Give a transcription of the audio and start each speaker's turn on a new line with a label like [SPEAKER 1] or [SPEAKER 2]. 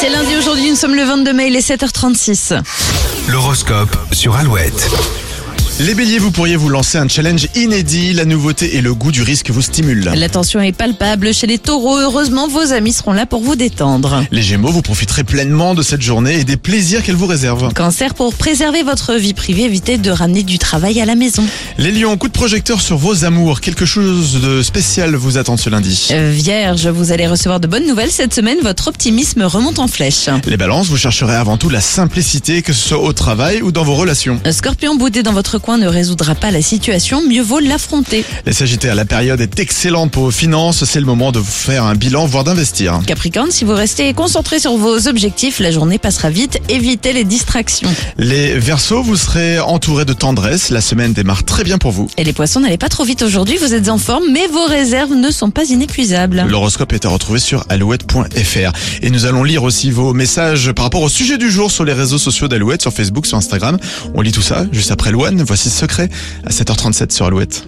[SPEAKER 1] C'est lundi aujourd'hui, nous sommes le 22 mai, il est 7h36.
[SPEAKER 2] L'horoscope sur Alouette.
[SPEAKER 3] Les béliers, vous pourriez vous lancer un challenge inédit. La nouveauté et le goût du risque vous stimulent.
[SPEAKER 1] La tension est palpable chez les taureaux, heureusement vos amis seront là pour vous détendre.
[SPEAKER 3] Les gémeaux, vous profiterez pleinement de cette journée et des plaisirs qu'elle vous réserve.
[SPEAKER 1] Cancer, pour préserver votre vie privée, évitez de ramener du travail à la maison.
[SPEAKER 3] Les lions, coup de projecteur sur vos amours. Quelque chose de spécial vous attend ce lundi.
[SPEAKER 1] Euh, Vierge, vous allez recevoir de bonnes nouvelles cette semaine, votre optimisme remonte en flèche.
[SPEAKER 3] Les balances, vous chercherez avant tout la simplicité, que ce soit au travail ou dans vos relations.
[SPEAKER 1] Euh, Scorpion, bouder dans votre coin ne résoudra pas la situation, mieux vaut l'affronter.
[SPEAKER 3] Les sagittaires, la période est excellente pour vos finances. C'est le moment de vous faire un bilan, voire d'investir.
[SPEAKER 1] Capricorne, si vous restez concentré sur vos objectifs, la journée passera vite, évitez les distractions.
[SPEAKER 3] Les versos, vous serez entourés de tendresse. La semaine démarre très bien pour vous.
[SPEAKER 1] Et les poissons, n'allez pas trop vite aujourd'hui, vous êtes en forme, mais vos réserves ne sont pas inépuisables.
[SPEAKER 3] L'horoscope est à retrouver sur alouette.fr. Et nous allons lire aussi vos messages par rapport au sujet du jour sur les réseaux sociaux d'Alouette, sur Facebook, sur Instagram. On lit tout ça juste après Loane. Voici Secret à 7h37 sur Alouette.